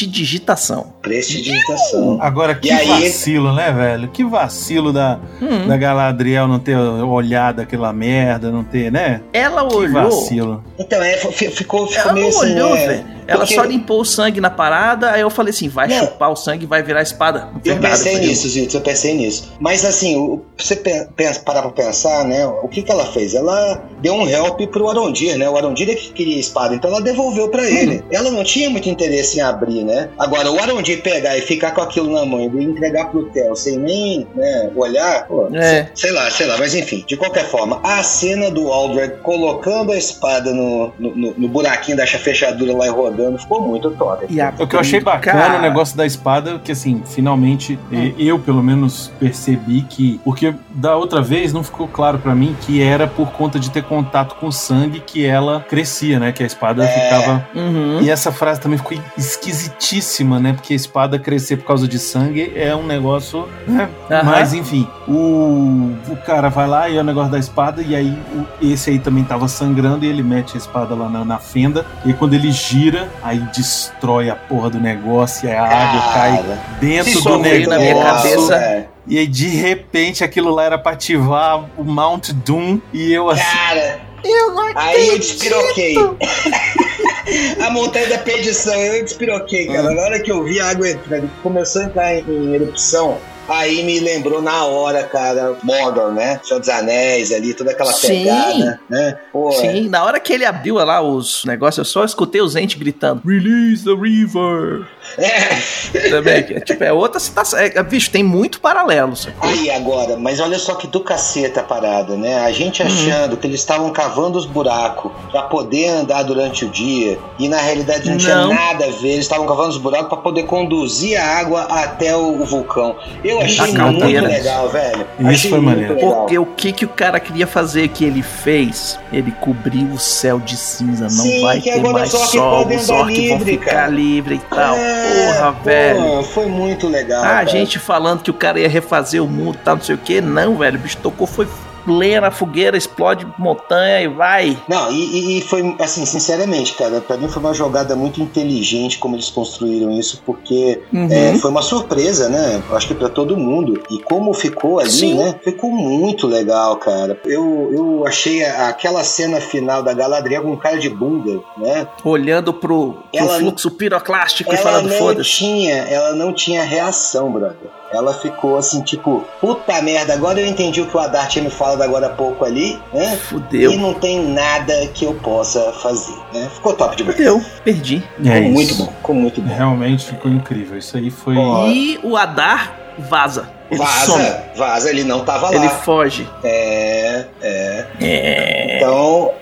[SPEAKER 2] prestidigitação.
[SPEAKER 4] prestidigitação.
[SPEAKER 3] Agora, que
[SPEAKER 4] E aí-
[SPEAKER 3] vacilo, né, velho? Que vacilo da,
[SPEAKER 2] Hum.
[SPEAKER 3] da Galadriel é não ter olhado aquela merda, não ter, né?
[SPEAKER 2] Ela
[SPEAKER 3] Que
[SPEAKER 2] olhou.
[SPEAKER 3] vacilo.
[SPEAKER 4] Então, é, fi- ficou, ficou
[SPEAKER 2] Ela
[SPEAKER 4] meio
[SPEAKER 2] não
[SPEAKER 4] assim,
[SPEAKER 2] olhou,
[SPEAKER 4] né?
[SPEAKER 2] velho. Ela
[SPEAKER 4] Porque-
[SPEAKER 2] só limpou o sangue na parada, aí eu falei assim: vai
[SPEAKER 4] Não.
[SPEAKER 2] chupar o sangue e vai virar espada.
[SPEAKER 4] Eu
[SPEAKER 2] Verdade,
[SPEAKER 4] pensei
[SPEAKER 2] falei,
[SPEAKER 4] nisso, Zito, eu pensei nisso. Mas assim, o- você pe- pensa, parar pra pensar, né? O que, que ela fez? Ela deu um help pro Arondir, né? O Arondir é que queria a espada, então ela devolveu
[SPEAKER 2] Hum.
[SPEAKER 4] pra ele. Ela não tinha muito interesse em abrir, né? Agora, o Arondir pegar e ficar com aquilo na mão e entregar pro Theo sem nem né, olhar, pô,
[SPEAKER 2] É.
[SPEAKER 4] Sei lá, sei lá, mas enfim, de qualquer forma, a cena do Aldred colocando a espada no, no, no- no buraquinho da fechadura lá e rodando ficou muito top.
[SPEAKER 2] E a
[SPEAKER 3] O que eu achei
[SPEAKER 2] brinca-
[SPEAKER 3] bacana é o negócio da espada, que assim, finalmente eh,
[SPEAKER 2] É.
[SPEAKER 3] eu pelo menos percebi que. Porque da outra vez não ficou claro pra mim que era por conta de ter contato com o sangue que ela crescia, né? Que a espada
[SPEAKER 4] É.
[SPEAKER 3] ficava.
[SPEAKER 2] Uhum.
[SPEAKER 3] E essa frase também ficou esquisitíssima, né? Porque a espada crescer por causa de sangue é um negócio. né?
[SPEAKER 2] Aham.
[SPEAKER 3] Mas enfim, o, o cara vai lá e é o negócio da espada, e aí o- esse aí também tava sangrando, e ele mete a espada lá na, na fenda, e quando ele gira, aí destrói a porra do negócio, e a água cai
[SPEAKER 4] Cara,
[SPEAKER 3] dentro
[SPEAKER 2] isso
[SPEAKER 3] do
[SPEAKER 2] veio
[SPEAKER 3] negócio.
[SPEAKER 2] na minha cabeça.
[SPEAKER 4] cara.
[SPEAKER 3] E aí de repente aquilo lá era pra ativar o Mount Doom, e eu assim.
[SPEAKER 4] Cara,
[SPEAKER 2] Eu não
[SPEAKER 4] aí eu despiroquei. a montanha da perdição, eu despiroquei,
[SPEAKER 3] Hum.
[SPEAKER 4] cara. Na hora que eu vi a água entrando, começou a entrar em, em erupção. Aí me lembrou na hora, cara, Mordor, né? Senhor dos Anéis ali, toda aquela
[SPEAKER 2] Sim.
[SPEAKER 4] pegada, né? Pô,
[SPEAKER 2] Sim, na hora que ele abriu lá os negócios, eu só escutei os entes gritando: Release the River!
[SPEAKER 4] É,
[SPEAKER 2] Também, que é, tipo, é outra citação. É, bicho, tem muito paralelo. sacou?
[SPEAKER 4] Aí agora, mas olha só que do caceta a parada, né? A gente
[SPEAKER 2] Uhum.
[SPEAKER 4] achando que eles estavam cavando os buracos pra poder andar durante o dia e na realidade não, tinha
[SPEAKER 2] Não.
[SPEAKER 4] nada a ver. Eles estavam cavando os buracos pra poder conduzir a água até o, o vulcão. Eu achei
[SPEAKER 2] A
[SPEAKER 4] muito
[SPEAKER 2] caldeira.
[SPEAKER 4] legal, velho.
[SPEAKER 3] Isso
[SPEAKER 4] achei
[SPEAKER 3] foi
[SPEAKER 4] muito
[SPEAKER 3] maneiro.
[SPEAKER 4] legal.
[SPEAKER 2] Porque o que, que o cara queria fazer que ele fez? Ele cobriu o céu de cinza, não
[SPEAKER 4] Sim,
[SPEAKER 2] vai
[SPEAKER 4] que
[SPEAKER 2] ter
[SPEAKER 4] agora
[SPEAKER 2] mais
[SPEAKER 4] os orcs
[SPEAKER 2] sol,
[SPEAKER 4] podem
[SPEAKER 2] os
[SPEAKER 4] andar
[SPEAKER 2] orcs vão
[SPEAKER 4] livre,
[SPEAKER 2] ficar
[SPEAKER 4] cara.
[SPEAKER 2] livre e tal.
[SPEAKER 4] É,
[SPEAKER 2] Porra,
[SPEAKER 4] pô,
[SPEAKER 2] velho.
[SPEAKER 4] Foi muito legal.
[SPEAKER 2] Ah,
[SPEAKER 4] cara.
[SPEAKER 2] gente falando que o cara ia refazer o mundo, tá, não sei o que. Não, velho, o bicho tocou, foi plena fogueira, explode montanha e vai.
[SPEAKER 4] Não, e, e- e foi, assim, sinceramente, cara, pra mim foi uma jogada muito inteligente como eles construíram isso, porque
[SPEAKER 2] Uhum.
[SPEAKER 4] É, foi uma surpresa, né? Acho que pra todo mundo. E como ficou ali,
[SPEAKER 2] Sim.
[SPEAKER 4] né? Ficou muito legal, cara. Eu, eu achei a- aquela cena final da Galadriel com cara de bunda, né?
[SPEAKER 2] olhando pro, pro
[SPEAKER 4] Ela-
[SPEAKER 2] fluxo piroclástico e
[SPEAKER 4] Ela
[SPEAKER 2] falando
[SPEAKER 4] não
[SPEAKER 2] foda-se.
[SPEAKER 4] tinha, ela não tinha reação, brother. Ela ficou assim, tipo, puta merda, agora eu entendi o que o Adar tinha me falado agora há pouco ali, né? E
[SPEAKER 2] Fudeu.
[SPEAKER 4] não tem nada que eu possa fazer, né? Ficou top demais.
[SPEAKER 2] Fudeu, perdi.
[SPEAKER 3] É
[SPEAKER 4] ficou
[SPEAKER 3] isso.
[SPEAKER 4] muito bom, ficou muito bom.
[SPEAKER 3] Realmente ficou incrível. Isso aí foi.
[SPEAKER 4] Ó, Bora.
[SPEAKER 2] E o Adar vaza. Ele
[SPEAKER 4] vaza,
[SPEAKER 2] some.
[SPEAKER 4] vaza, ele não tava
[SPEAKER 2] Ele
[SPEAKER 4] lá.
[SPEAKER 2] foge.
[SPEAKER 4] É, é.
[SPEAKER 2] É.
[SPEAKER 4] Então,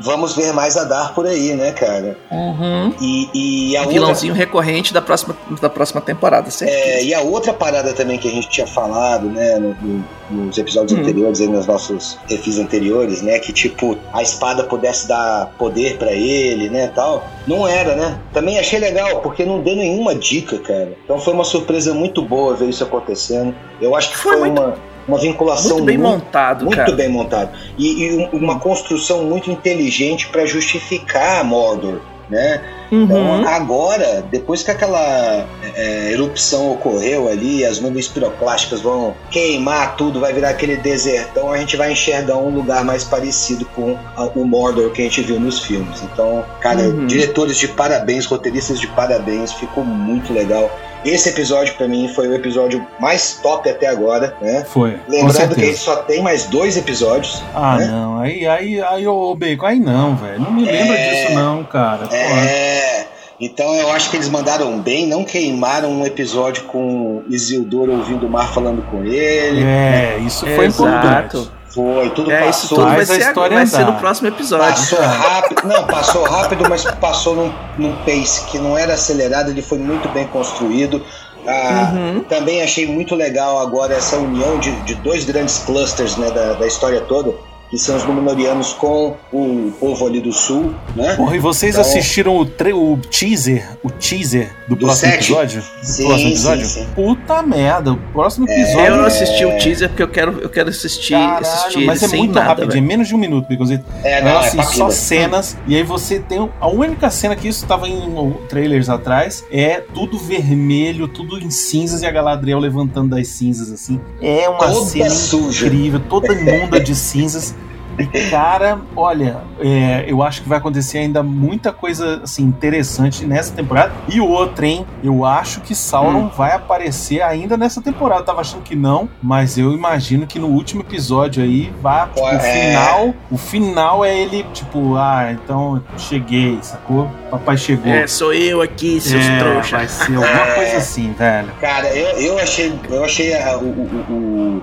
[SPEAKER 4] vamos ver mais a dar por aí, né, cara?
[SPEAKER 2] Uhum.
[SPEAKER 4] E, e a outra.
[SPEAKER 2] Vilãozinho recorrente da próxima, da próxima temporada,
[SPEAKER 4] é,
[SPEAKER 2] certo?
[SPEAKER 4] e a outra parada também que a gente tinha falado, né, no- no- nos episódios
[SPEAKER 2] Hum.
[SPEAKER 4] anteriores, aí nos nossos refis anteriores, né, que tipo, a espada pudesse dar poder pra ele, né, tal. Não era, né? Também achei legal, porque não deu nenhuma dica, cara. Então foi uma surpresa muito boa ver isso acontecendo. Eu acho que
[SPEAKER 2] Foi
[SPEAKER 4] foi,
[SPEAKER 2] muito-
[SPEAKER 4] uma. uma vinculação
[SPEAKER 2] Muito bem
[SPEAKER 4] muito,
[SPEAKER 2] montado,
[SPEAKER 4] muito
[SPEAKER 2] cara.
[SPEAKER 4] bem montada. E, e um- uma construção muito inteligente para justificar Mordor, né? Então,
[SPEAKER 2] Uhum.
[SPEAKER 4] agora, depois que aquela é, erupção ocorreu ali, as nuvens piroclásticas vão queimar tudo, vai virar aquele desertão, a gente vai enxergar um lugar mais parecido com a- o Mordor que a gente viu nos filmes. Então, cara,
[SPEAKER 2] Uhum.
[SPEAKER 4] diretores de parabéns, roteiristas de parabéns, ficou muito legal. Esse episódio, pra mim, foi o episódio mais top até agora, né?
[SPEAKER 3] Foi, com
[SPEAKER 4] Lembrando que a
[SPEAKER 3] certeza.
[SPEAKER 4] gente só tem mais dois episódios.
[SPEAKER 3] Ah,
[SPEAKER 4] né?
[SPEAKER 3] não. Aí, aí, aí, ô, Bacon, aí não, velho. Não me lembra
[SPEAKER 4] É.
[SPEAKER 3] disso, não, cara. Porra.
[SPEAKER 4] É. Então eu acho que eles mandaram bem, não queimaram um episódio com Isildur ouvindo o mar falando com ele.
[SPEAKER 3] É, isso foi
[SPEAKER 2] Exato.
[SPEAKER 3] importante.
[SPEAKER 4] Foi, tudo
[SPEAKER 2] É, isso
[SPEAKER 4] passou.
[SPEAKER 2] tudo vai
[SPEAKER 3] Faz a
[SPEAKER 2] ser,
[SPEAKER 3] história é
[SPEAKER 2] vai ser
[SPEAKER 3] andar.
[SPEAKER 2] no próximo episódio.
[SPEAKER 4] Passou rápido, não, passou rápido, mas passou num, num pace que não era acelerado, ele foi muito bem construído. Ah,
[SPEAKER 2] Uhum.
[SPEAKER 4] Também achei muito legal agora essa união de, de dois grandes clusters né, da, da história toda, que são os Númenóreanos com o povo ali do sul, né?
[SPEAKER 3] Porra, e vocês
[SPEAKER 4] Então-
[SPEAKER 3] assistiram o, tre- o teaser, o teaser do,
[SPEAKER 4] Do
[SPEAKER 3] próximo
[SPEAKER 4] sete?
[SPEAKER 3] episódio?
[SPEAKER 4] Sim,
[SPEAKER 3] próximo episódio?
[SPEAKER 4] sim, sim.
[SPEAKER 3] Puta merda, o próximo episódio.
[SPEAKER 2] Eu não assisti o teaser porque eu quero, eu quero assistir,
[SPEAKER 3] Caralho,
[SPEAKER 2] assistir
[SPEAKER 3] mas
[SPEAKER 2] ele
[SPEAKER 3] é
[SPEAKER 2] sem
[SPEAKER 3] muito
[SPEAKER 2] nada,
[SPEAKER 3] rapidinho,
[SPEAKER 2] velho.
[SPEAKER 3] menos de um minuto, because it-
[SPEAKER 4] É,
[SPEAKER 3] ela
[SPEAKER 4] não, é
[SPEAKER 3] assiste só
[SPEAKER 4] paquida.
[SPEAKER 3] cenas, e aí você tem. A única cena que isso tava em trailers atrás é tudo vermelho, tudo em cinzas e a Galadriel levantando das cinzas, assim. É uma
[SPEAKER 4] Toda
[SPEAKER 3] cena
[SPEAKER 4] suja.
[SPEAKER 3] incrível, toda imunda de cinzas. E, cara, olha, é, eu acho que vai acontecer ainda muita coisa assim, interessante nessa temporada. E outra, hein? Eu acho que Sauron vai aparecer ainda nessa temporada. Eu tava achando que não, mas eu imagino que no último episódio aí vai tipo,
[SPEAKER 4] É.
[SPEAKER 3] o final. O final é ele, tipo, ah, então cheguei, sacou? Papai chegou.
[SPEAKER 2] É, sou eu aqui, seus
[SPEAKER 3] É,
[SPEAKER 2] trouxas.
[SPEAKER 3] vai ser alguma coisa assim, velho.
[SPEAKER 4] Cara, eu, eu achei, eu achei ah, o- o-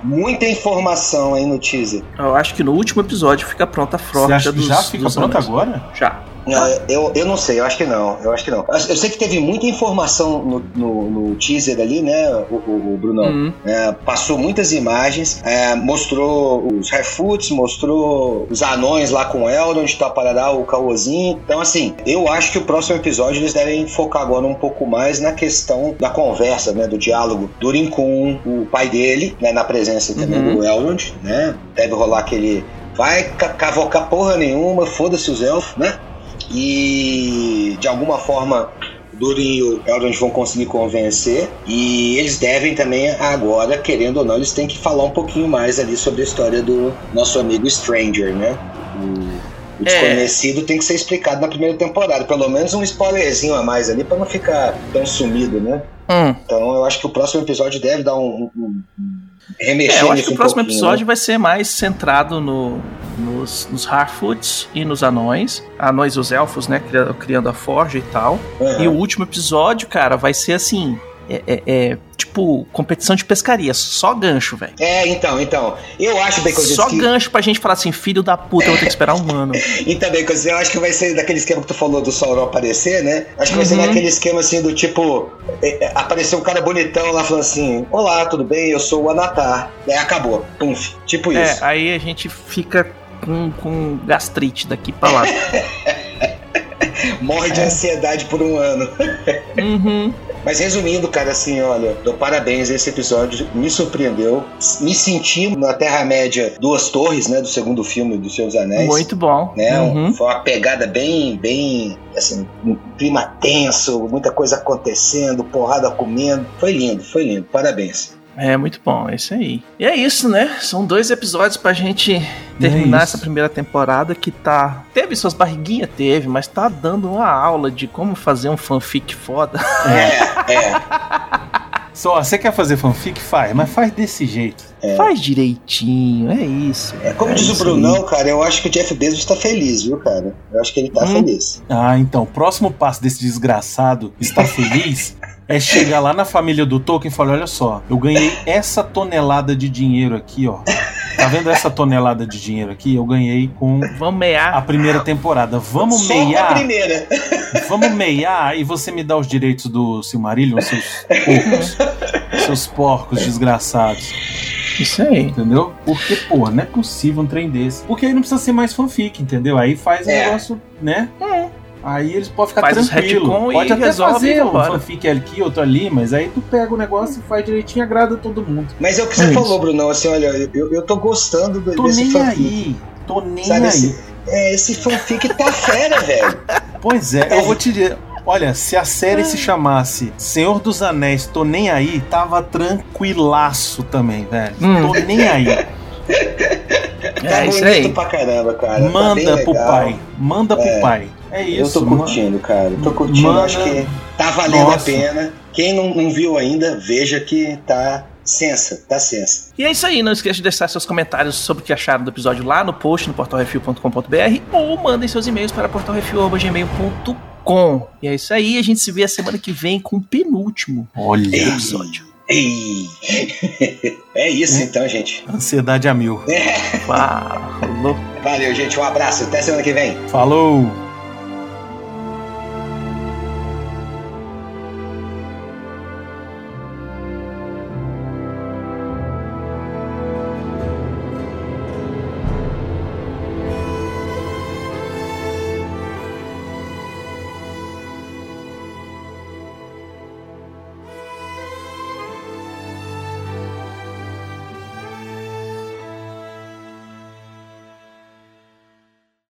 [SPEAKER 4] o- muita informação aí no teaser.
[SPEAKER 2] Eu acho que no último episódio fica pronta a
[SPEAKER 3] Você
[SPEAKER 2] frota
[SPEAKER 3] acha que
[SPEAKER 2] dos
[SPEAKER 3] já fica
[SPEAKER 2] dos
[SPEAKER 3] pronto
[SPEAKER 2] anões.
[SPEAKER 3] agora?
[SPEAKER 2] Já.
[SPEAKER 4] Não, eu, eu não sei, eu acho que não. Eu acho que não. Eu eu sei que teve muita informação no, no- no teaser ali, né, o, o, o Brunão?
[SPEAKER 2] Uhum.
[SPEAKER 4] É, passou muitas imagens, é, mostrou os Harfoots, mostrou os anões lá com o Elrond, Taparará, o Caozinho. Então, assim, eu acho que o próximo episódio eles devem focar agora um pouco mais na questão da conversa, né, do diálogo do Rincon, o pai dele, né, na presença também
[SPEAKER 2] Uhum.
[SPEAKER 4] do Elrond, né? Deve rolar aquele vai ca- cavocar porra nenhuma, foda-se os elfos, né? E de alguma forma Durin e o Elrond vão conseguir convencer e eles devem também agora, querendo ou não, eles têm que falar um pouquinho mais ali sobre a história do nosso amigo Stranger, né? O, o
[SPEAKER 2] É.
[SPEAKER 4] desconhecido tem que ser explicado na primeira temporada, pelo menos um spoilerzinho a mais ali pra não ficar tão sumido, né?
[SPEAKER 2] Hum.
[SPEAKER 4] Então eu acho que o próximo episódio deve dar um, um, um remexer
[SPEAKER 2] É, eu acho
[SPEAKER 4] nisso
[SPEAKER 2] que o
[SPEAKER 4] um
[SPEAKER 2] próximo
[SPEAKER 4] pouquinho,
[SPEAKER 2] episódio vai ser mais centrado no, nos, nos Harfoots e nos anões. Anões e os elfos, né? cria- Criando a forja e tal.
[SPEAKER 4] né? Aham.
[SPEAKER 2] E o último episódio, cara, vai ser assim. É, é- é, tipo competição de pescaria, só gancho, velho.
[SPEAKER 4] É, então, então. Eu acho, Baconzitos,
[SPEAKER 2] Só
[SPEAKER 4] que...
[SPEAKER 2] gancho pra gente falar assim, filho da puta, eu vou ter que esperar um ano.
[SPEAKER 4] Então, Baconzitos, eu acho que vai ser daquele esquema que tu falou do Sauron aparecer, né? Acho que vai ser
[SPEAKER 2] Uhum.
[SPEAKER 4] daquele esquema, assim, do tipo... é, é, apareceu um cara bonitão lá falando assim... Olá, tudo bem? Eu sou o Anatar. Daí acabou. Pumf. Tipo
[SPEAKER 2] É,
[SPEAKER 4] isso.
[SPEAKER 2] aí a gente fica com, com gastrite daqui pra lá.
[SPEAKER 4] Morre
[SPEAKER 2] É.
[SPEAKER 4] de ansiedade por um ano.
[SPEAKER 2] Uhum.
[SPEAKER 4] Mas resumindo, cara, assim, olha, dou parabéns esse episódio, me surpreendeu. Me senti na Terra-média Duas Torres, né? Do segundo filme do Senhor dos Anéis.
[SPEAKER 2] Muito bom.
[SPEAKER 4] né?
[SPEAKER 2] Uhum.
[SPEAKER 4] Foi uma pegada bem, bem, assim, um clima tenso, muita coisa acontecendo, porrada comendo. Foi lindo, foi lindo. Parabéns.
[SPEAKER 2] É, muito bom, é isso aí. E é isso, né? São dois episódios pra gente terminar
[SPEAKER 3] É isso.
[SPEAKER 2] essa primeira temporada que tá. Teve suas barriguinhas? Teve, mas tá dando uma aula de como fazer um fanfic foda.
[SPEAKER 4] É, é.
[SPEAKER 3] Só, você quer fazer fanfic? Faz, mas faz desse jeito.
[SPEAKER 2] Faz direitinho, é isso.
[SPEAKER 4] é. Como
[SPEAKER 2] É
[SPEAKER 4] diz o
[SPEAKER 2] isso
[SPEAKER 4] Brunão, cara, eu acho que o Jeff Bezos tá feliz, viu, cara? Eu acho que ele tá
[SPEAKER 2] Hum.
[SPEAKER 4] feliz.
[SPEAKER 3] Ah, então, o próximo passo desse desgraçado estar feliz é chegar lá na família do Tolkien e falar: olha só, eu ganhei essa tonelada de dinheiro aqui, ó. Tá vendo essa tonelada de dinheiro aqui? Eu ganhei com
[SPEAKER 2] Vamos mear.
[SPEAKER 3] a primeira temporada. Vamos
[SPEAKER 4] Só com a
[SPEAKER 3] meiar,
[SPEAKER 4] primeira.
[SPEAKER 3] vamos meiar e você me dá os direitos do Silmarillion, seus porcos. Seus porcos desgraçados.
[SPEAKER 2] É Isso aí.
[SPEAKER 3] Entendeu? Porque, pô, não é possível um trem desse. Porque aí não precisa ser mais fanfic, entendeu? Aí faz um
[SPEAKER 4] É.
[SPEAKER 3] negócio, né?
[SPEAKER 2] É.
[SPEAKER 3] Aí eles podem ficar
[SPEAKER 2] Faz os
[SPEAKER 3] tranquilos.
[SPEAKER 2] retcon e
[SPEAKER 3] Pode até
[SPEAKER 2] resolve e
[SPEAKER 3] fazer um
[SPEAKER 2] vambora.
[SPEAKER 3] fanfic aqui, outro ali, mas aí tu pega o negócio e faz direitinho e agrada todo mundo.
[SPEAKER 4] Mas é o que
[SPEAKER 2] É
[SPEAKER 4] você
[SPEAKER 2] isso.
[SPEAKER 4] falou, Brunão, assim, olha, eu, eu tô gostando do-
[SPEAKER 3] Tô
[SPEAKER 4] desse
[SPEAKER 3] nem
[SPEAKER 4] fanfic.
[SPEAKER 3] aí. Tô nem
[SPEAKER 4] Sabe,
[SPEAKER 3] aí.
[SPEAKER 4] esse, é, esse fanfic tá fera, velho.
[SPEAKER 3] Pois é, eu vou te dizer. Olha, se a série
[SPEAKER 4] Ah.
[SPEAKER 3] se chamasse Senhor dos Anéis, tô nem aí, tava tranquilaço também, velho.
[SPEAKER 2] Hum.
[SPEAKER 3] Tô nem aí.
[SPEAKER 4] Tá
[SPEAKER 2] É isso
[SPEAKER 4] bonito
[SPEAKER 3] então.
[SPEAKER 2] aí.
[SPEAKER 4] pra caramba, cara. tá
[SPEAKER 3] Manda
[SPEAKER 4] bem
[SPEAKER 3] pro
[SPEAKER 4] legal.
[SPEAKER 3] pai. Manda pro pai. É
[SPEAKER 4] Eu
[SPEAKER 3] isso,
[SPEAKER 4] tô
[SPEAKER 3] mano.
[SPEAKER 4] curtindo, cara. Eu tô curtindo.
[SPEAKER 3] Mano.
[SPEAKER 4] Acho que tá valendo a
[SPEAKER 3] Nossa.
[SPEAKER 4] pena. Quem não, não viu ainda, veja que tá sensa, tá sensa.
[SPEAKER 2] E é isso aí, não esqueça de deixar seus comentários sobre o que acharam do episódio lá no post no portalrefil.com.br ou mandem seus e-mails para portalrefil.gmail.com. E é isso aí, a gente se vê a semana que vem com o penúltimo
[SPEAKER 3] Olha,
[SPEAKER 2] episódio.
[SPEAKER 4] Ei. é isso então, gente.
[SPEAKER 3] ansiedade a mil.
[SPEAKER 2] Falou!
[SPEAKER 4] Valeu, gente. Um abraço. Até semana que vem.
[SPEAKER 3] Falou!